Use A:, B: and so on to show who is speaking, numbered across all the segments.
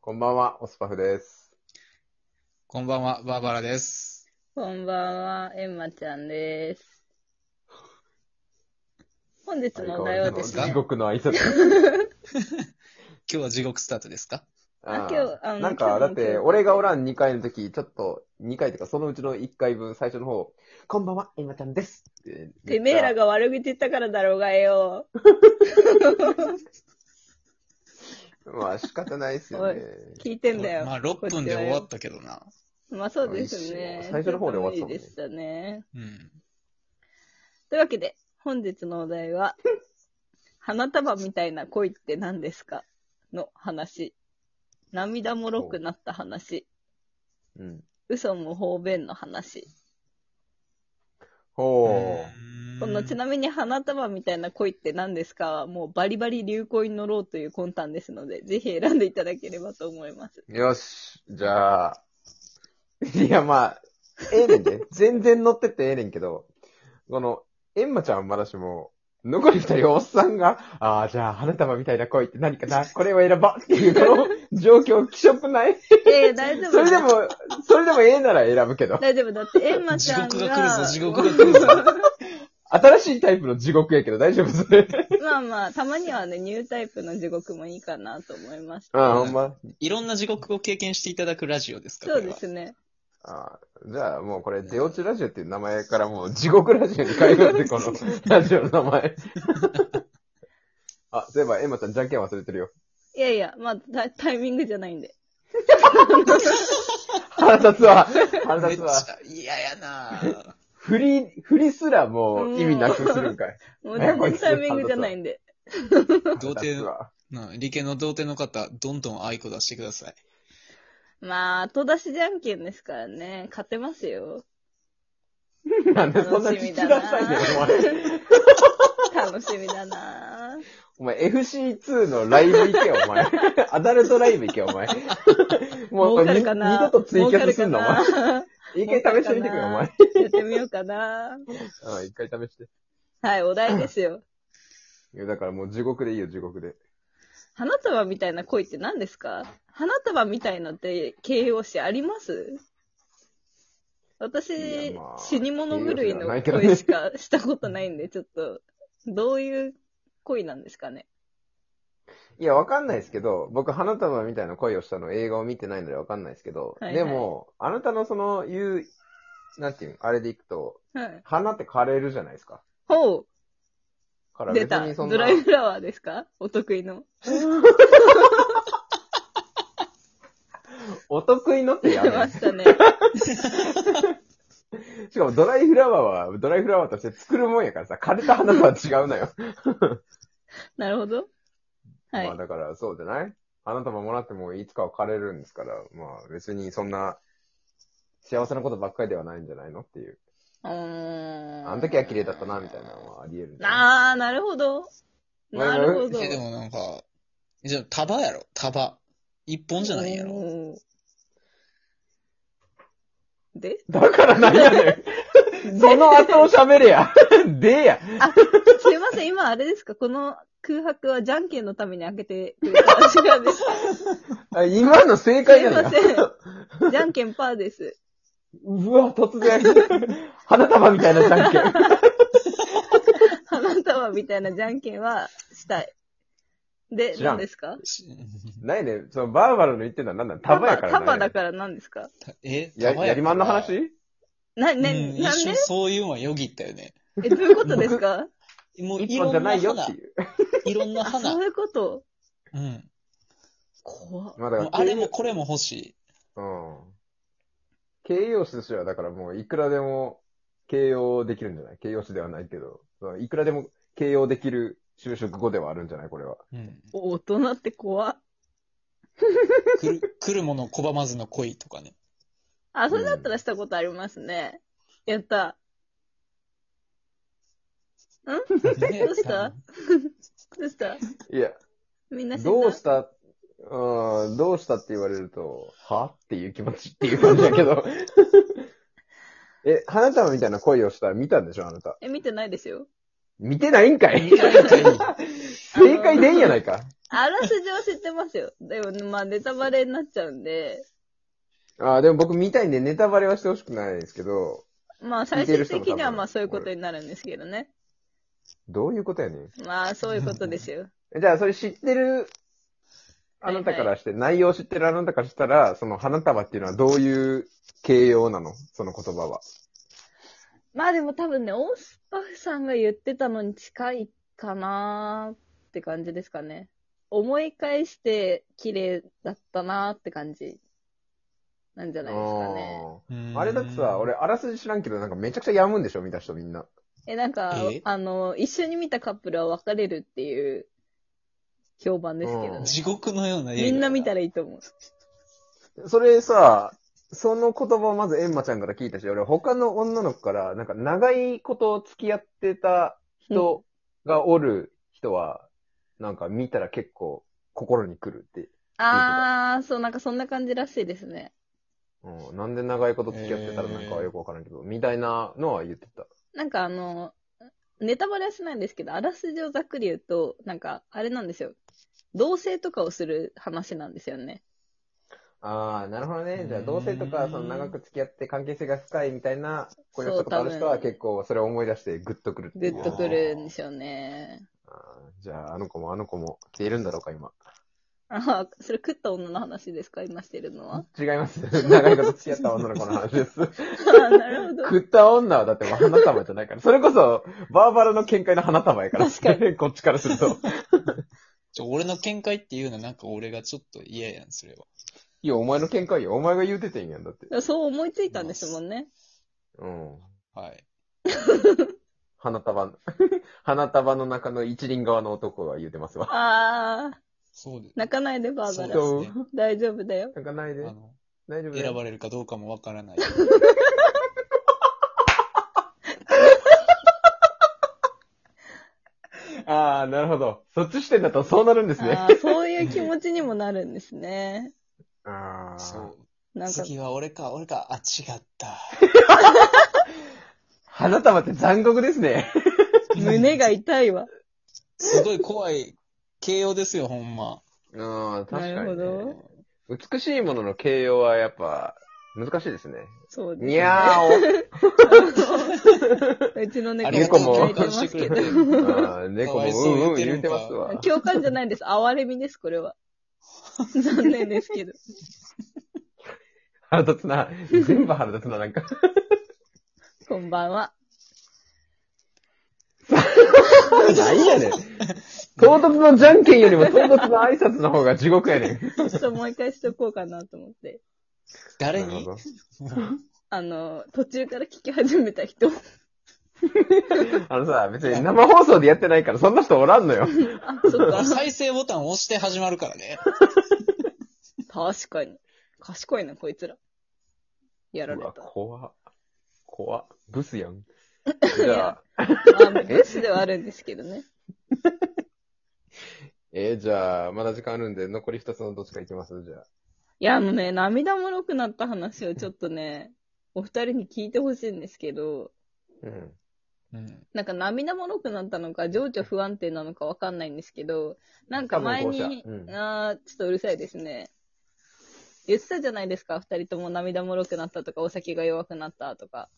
A: こんばんは、オスパフです。
B: こんばんは、バーバラです。
C: こんばんは、エンマちゃんです。本日のお題はです
A: 地
C: ね、
A: 獄の挨拶。
B: 今日は地獄スタートですか
C: あ
A: あ
C: 今日あの
A: なん
C: 今
A: か、
C: 日
A: だ
C: の
A: って、俺がおらん2回の時、ちょっと、2回とか、そのうちの1回分、最初の方、こんばんは、エンマちゃんですって。
C: てめえら
A: が。
C: が悪口言ったからだろうがよ。
A: まあ、仕方ないです よね。
C: 聞いてんだよ。
B: まあ、6分で終わったけどな。
C: まあそうですね。
A: 最初の方で終わったもんね
C: ちょと無理でしたね。
B: うん。
C: というわけで、本日のお題は、花束みたいな恋って何ですかの話。涙もろくなった話。
A: うん。
C: 嘘も方便の話。
A: ほ
C: このちなみに花束みたいな恋って何ですかはもうバリバリ流行に乗ろうという魂胆ですので、ぜひ選んでいただければと思います。
A: う。よし、じゃあ。いや、まあ、ええねんで。全然乗ってってええねんけど、この、エンマちゃんはまだしも、残り二人おっさんが、ああ、じゃあ、花束みたいな恋って何かなこれを選ぼうっていう、この状況、気色ない
C: ええ大丈夫
A: それでも、それでもええなら選ぶけど。
C: 大丈夫だって、エンマちゃんが。
B: 地獄が来るぞ、地獄が来るぞ。
A: 新しいタイプの地獄やけど大丈夫それ。
C: まあまあ、たまにはね、ニュータイプの地獄もいいかなと思いまし
A: う
C: た。
A: ん、ほんま。
B: いろんな地獄を経験していただくラジオですか
C: そうです
B: ね。
C: ね。
A: あーじゃあもうこれ、出落ちラジオっていう名前からもう地獄ラジオに変えようって、 このラジオの名前。あ、そういえば、エマちゃん、じゃんけん忘れてるよ。
C: いやいや、まあ、タタイミングじゃないんで。
A: 腹立つわ。
B: これは
A: 腹
B: め
A: 立
B: っち
A: つわ。
B: ゃ嫌やなぁ
A: 振り、振りすらもう意味なくするんかい。
C: もう全然タイミングじゃないんで。
B: 童
A: 腹立つ
B: 貞
A: わ。
B: の、うん理系の童貞の方、どんどん愛子出してください。
C: まあ、後出しじゃんけんですからね、勝てますよ。
A: なんでそんな聞き出さいねん、お前。
C: 楽しみだな
A: お前 FC2 のライブ行けよ、お前。アダルトライブ行けよ、お前。もう、
C: 儲か
A: 二
C: るかな
A: 度とツイキャスすんの、お前。
C: 儲かるかな
A: 一回試してみてくれ、お前。。
C: やってみようかな。
A: うん、一回試して。
C: はい、お題ですよ。
A: いや、だからもう地獄でいいよ、地獄で。
C: 花束みたいな恋って何ですか花束みたいなって形容詞あります
A: い
C: 私、
A: やまあ
C: 死に物狂い
A: 形容詞
C: の
A: はないけどね
C: 恋しかしたことないんで、ちょっと、どういう恋なんですかね。
A: いや、わかんないですけど、僕、花束みたいな恋をしたの映画を見てないのでわかんないですけど、
C: はいはい
A: でも、あなたのその、言う、なんていうのあれでいくと、
C: はい。
A: 花って枯れるじゃないですか。
C: ほ
A: か
C: う、
A: ら
C: 出
A: 別
C: た。
A: にそん
C: ド
A: な
C: ラ、イフラワーですかお得意の。
A: お得意のって
C: 出
A: やめ
C: ましたね。
A: しかもドライフラワーは、ドライフラワーとして作るもんやからさ、枯れた花とは違うのよ。
C: なるほど。はい
A: まあ。だから、そうじゃない花束もらってもいつかは枯れるんですから、まあ別にそんな、幸せなことばっかりではないんじゃないのっていう。
C: うーん
A: あの時は綺麗だったな、みたいなのはあり得るんじゃない。
C: あー、なるほど。なるほど。
B: え、でもなんか、じゃあ束やろ、束。一本じゃないやろ。
C: おーで
A: だからなんやねん。 その後を喋れ や。でや。
C: すいません、今あれですかこの空白はじゃんけんのために開けてくれた話な んですか
A: あ今の正
C: す
A: 解
C: い
A: やね
C: ま
A: ん。
C: せん。じゃんけんパーです。
A: うわ、突然。花束みたいなじゃんけん。
C: 花束みたいなじゃんけんはしたい。で、
A: 知らん
C: 何ですか
B: し
A: ないね。そのバーバラの言ってるのは何なの束やからな
C: 束束だから何ですか
B: え、束
A: や
B: やから
A: やりまんの話
C: な、
B: うん
C: ね、
B: 一
C: なんで
B: 瞬そういうのはよぎったよね。
C: え、どういうことで すか
B: もうい
A: 一
B: ろ
A: 本
B: ん
A: じゃな
B: な花、
A: いよっていう。
B: いろんな
C: あそ
B: 花
C: う。いうこと
B: うん。
C: 怖っ
A: まあだ
B: も
A: か
B: う
A: ら
B: あれもこれも欲しい。
A: うん。形容詞としては、だからもういくらでも形容できるんじゃない形容詞ではないけど、そのいくらでも形容できる就職後ではあるんじゃないこれは。
B: うん。
C: お大人って怖っ
B: 来る、来るもの拒まずの恋とかね。
C: あ、それだったらしたことありますね。やった。
B: ど
C: どうしたどうした
A: いや、
C: みんな死んだ
A: どうした、うん、どうしたって言われると、はっていう気持ちっていう感じだけ ど。え、花束みたいな恋をしたら見たんでしょあなた。
C: え、見てないですよ。
A: 見てないんかい
B: 見たいかい
A: 正解でんやないか。
C: あらすじは知ってますよ。でも、まあ、ネタバレになっちゃうんで、
A: ああ、でも僕見たいんでネタバレはしてほしくないですけど、
C: まあ、最終的にはまあ、そういうことになるんですけどね。
A: どういうことやねん。
C: まあ、そういうことですよ。
A: えじゃあ、それ知ってる、あなたからして、内容知ってるあなたからしたら、その花束っていうのはどういう形容なのその言葉は。
C: まあでも多分ね、オースパフさんが言ってたのに近いかなーって感じですかね。思い返して綺麗だったなーって感じなんじゃないですかね。
A: あーあれだってさ、俺、あらすじ知らんけど、なんかめちゃくちゃやむんでしょ見た人みんな。
C: え、なんか
B: え、
C: あの、一緒に見たカップルは別れるっていう評判ですけど
A: う
C: ね
A: ん。
B: 地獄のような映画
C: みんな見た
B: ら。
C: らいいと思う。
A: それさ、その言葉をまずエンマちゃんから聞いたし、俺他の女の子から、なんか長いこと付き合ってた人がおる人は、なんか見たら結構心に来るって。
C: あー、そう、なんかそんな感じらしいですね。
A: うん、なんで長いこと付き合ってたらなんかはよくわからんけど、みたいなのは言ってた。
C: なんかあの、ネタバレはしないんですけど、あらすじをざっくり言うと、なんか、あれなんですよ。同棲とかをする話なんですよね。
A: ああ、なるほどね。じゃあ、
B: うん
A: 同性とか、その長く付き合って関係性が深いみたいな、恋をしたことある人
C: そ
A: は
C: う多分
A: 結構それを思い出してグッとくるって
C: グ
A: いう。
C: ッとくるんでしょうね。
A: あーじゃあ、あの子もあの子も来ているんだろうか、今。
C: あそれ食った女の話ですか今してる のは。
A: 違います。長いこと付き合った女の子の話です。
C: あなるほど。
A: 食った女はだってもう花束じゃないから。それこそ、バーバラの見解の花束やから。
C: 確
A: かに。 こっちからすると。
B: ちょ俺の見解っていうのはなんか俺がちょっと嫌やん、それは。
A: いや、お前の見解よ。お前が言うててんやん、だって。
C: そう思いついたんですもんね。
A: うん。
B: はい。
A: 花束、 花束の中の一輪側の男が言うてますわ。
C: あー、
B: そうで
C: 泣かないでバーバ
B: そ
C: ラ。
B: う
A: そ
B: ですね
A: う。
C: 大丈夫だ よ。
A: なんかないで
B: あ。の、
A: 大丈夫だよ
B: 選ばれるかどうかもわからない。
A: ああ、なるほど。そっち視点だとそうなるんですね。
C: あーそういう気持ちにもなるんですね。
A: あ
B: そう。
C: なんか、
B: 次は俺か、俺か、あ、違った。
A: 花束って残酷です ね。
C: 胸が痛いわ。
B: すごい怖い形容ですよ、ほんま。
A: うん、確かに、ね。
C: なるほど
A: 美しいものの形容はやっぱ、難しいですね。
C: そうですね
A: にゃー
C: うちの猫
B: ありがとう
A: 猫も
C: 泣いてますけど。
A: お。あー猫もうんうん言うてますわ。
C: 共感じゃないです。哀れみです、これは。残念ですけど。
A: 腹立つな。全部腹立つな、なんか。
C: こんばんは。
A: 何 やねん。唐突のじゃんけんよりも唐突の挨拶の方が地獄やねん。
C: ちょっともう一回しとこうかなと思って。
B: 誰
A: なる
B: に
A: ほど
C: あの、途中から聞き始めた人。
A: あのさ、別に生放送でやってないから、そんな人おらんのよ。
C: あ、そっか。
B: 再生ボタンを押して始まるからね。
C: 確かに。賢いな、こいつら。やら
A: う
C: れ
A: わ、
C: た。
A: 怖っ。怖っ。ブス やん。じゃあ、
C: まあ、ブスではあるんですけどね。
A: えーじゃあ、まだ時間あるんで、残り二つのどっちかいきますじゃあ。
C: いや、あのね、涙もろくなった話をちょっとね、お二人に聞いてほしいんですけど、
A: うん。
B: うん。
C: なんか涙もろくなったのか、情緒不安定なのかわかんないんですけど、なんか前
A: 多分
C: に
A: 後、者うん
C: あーちょっとうるさいですね。言ってたじゃないですか、二人とも涙もろくなったとか、お酒が弱くなったとか。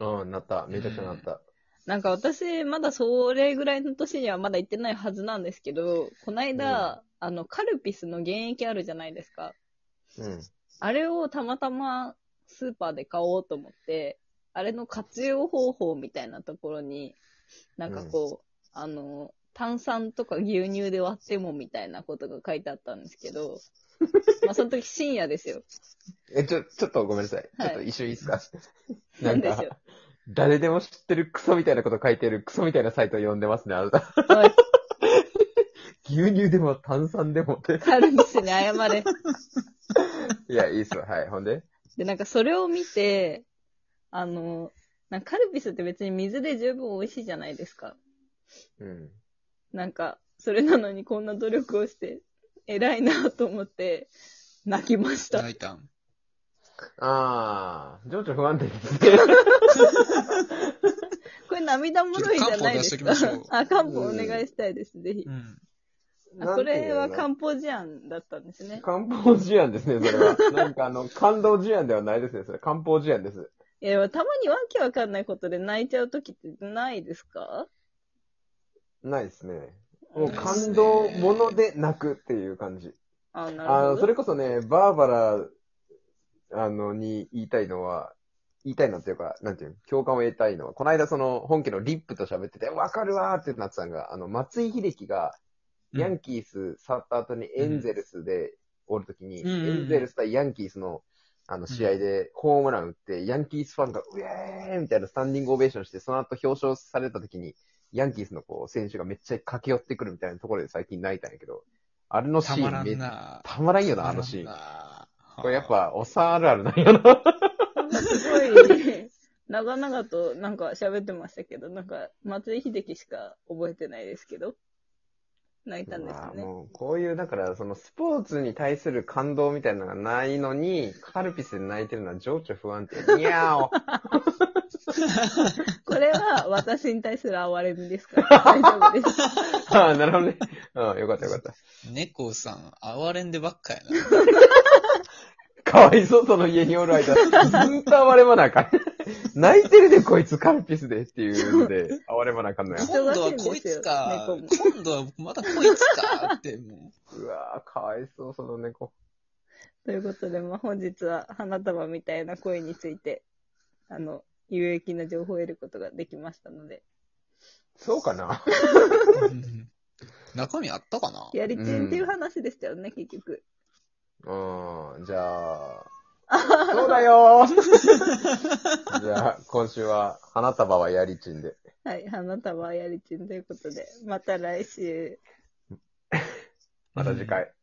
A: うん、なった。めちゃくちゃなった。
C: なんか私、まだそれぐらいの年にはまだ行ってないはずなんですけど、こないだ、あの、カルピスの原液あるじゃないですか。
A: うん。
C: あれをたまたまスーパーで買おうと思って、あれの活用方法みたいなところに、なんかこう、あの、炭酸とか牛乳で割ってもみたいなことが書いてあったんですけ ど、まあその時深夜ですよ。
A: え、ちょ、ちょっとごめんなさい。ち
C: はい
A: ょっと一瞬いいですか、
C: なんで
A: か
C: すよ。
A: 誰でも知ってるクソみたいなこと書いてるクソみたいなサイトを読んでますね、あなた。
C: おい
A: 牛乳でも炭酸でも って。
C: カルピスに謝れ。
A: いや、いいっすわ。はい。ほんで
C: で、なんかそれを見て、あの、なんかカルピスって別に水で十分美味しいじゃないですか。
A: うん。
C: なんか、それなのにこんな努力をして、偉いなと思って、泣きました。
B: 泣いたん。
A: あー、情緒不安定です ね。
C: これ涙もろいじゃないですか
B: ちょっと漢方出しときましょう。
C: あ、漢方お願いしたいです、ぜひ
B: う。ん。
C: あこれは
A: 漢
C: 漢方事案だったんですね。
A: 漢方事案ですね、それは。 なんかあの、感動事案ではないですね、それ。漢方事案です。
C: いや、でもたまにわけわかんないことで泣いちゃうときってないですか
A: ないですね。もう
B: ないっ
A: 感
B: すね
A: 動もので泣くっていう感じ。
C: あ、なる
A: あ
C: ほ
A: の、
C: ど。
A: それこそね、バーバラ、あの、に言いたいのは、言いたいのっていうか、なんていうの、共感を得たいのは、この間その、本家のリップと喋ってて、わかるわーってなってたんが、あの、松井秀喜が、ヤンキース去った後にエンゼルスでおるときに、
B: うん
A: エンゼルス対ヤンキースの、あの、試合でホームラン打って、ヤンキースファンが、うえーみたいなスタンディングオベーションして、その後表彰されたときに、ヤンキースのこう、選手がめっちゃ駆け寄ってくるみたいなところで最近泣いたんやけど、あれのシ
B: た
A: ーン
B: まら
A: めっ
B: ん
A: ちゃ
B: な。
A: たまらんよな、あ
B: たまらん
A: の
B: な
A: シーン。これやっ、ぱ、おっさんあるあるなんやな。
C: すごい、長々となんか喋ってましたけど、なんか松井秀喜しか覚えてないですけど、泣いたんです
A: ま
C: か
A: あ
C: ね。
A: もう、こういう、だから、その、スポーツに対する感動みたいなのがないのに、カルピスで泣いてるのは情緒不安定。にゃお
C: これは私に対する哀れみですから、大丈夫で す。
A: ああ、なるほどね。うん、よかったよかった。
B: 猫さん、哀れんでばっかやな。
A: かわいそう、その家におる間、ずーっと哀れまなあかん。泣いてるで、こいつ、カルピスでっていうの で、哀れまなあかんのや。
B: 今度はこいつか
C: 忙しいん、です
B: 今度はまたこいつかって、も
A: うわーかわいそう、その猫。
C: ということで、まあ、本日は花束みたいな声について、あの、有益な情報を得ることができましたので、
A: そうかな
B: ううん。中身あったかな
C: やりちんっていう話でしたよね、結局。
A: うん、じゃあ、そうだよ ーじゃあ、今週は、花束はやりちんで。
C: はい、花束はやりちんということで、また来週。
A: また次回。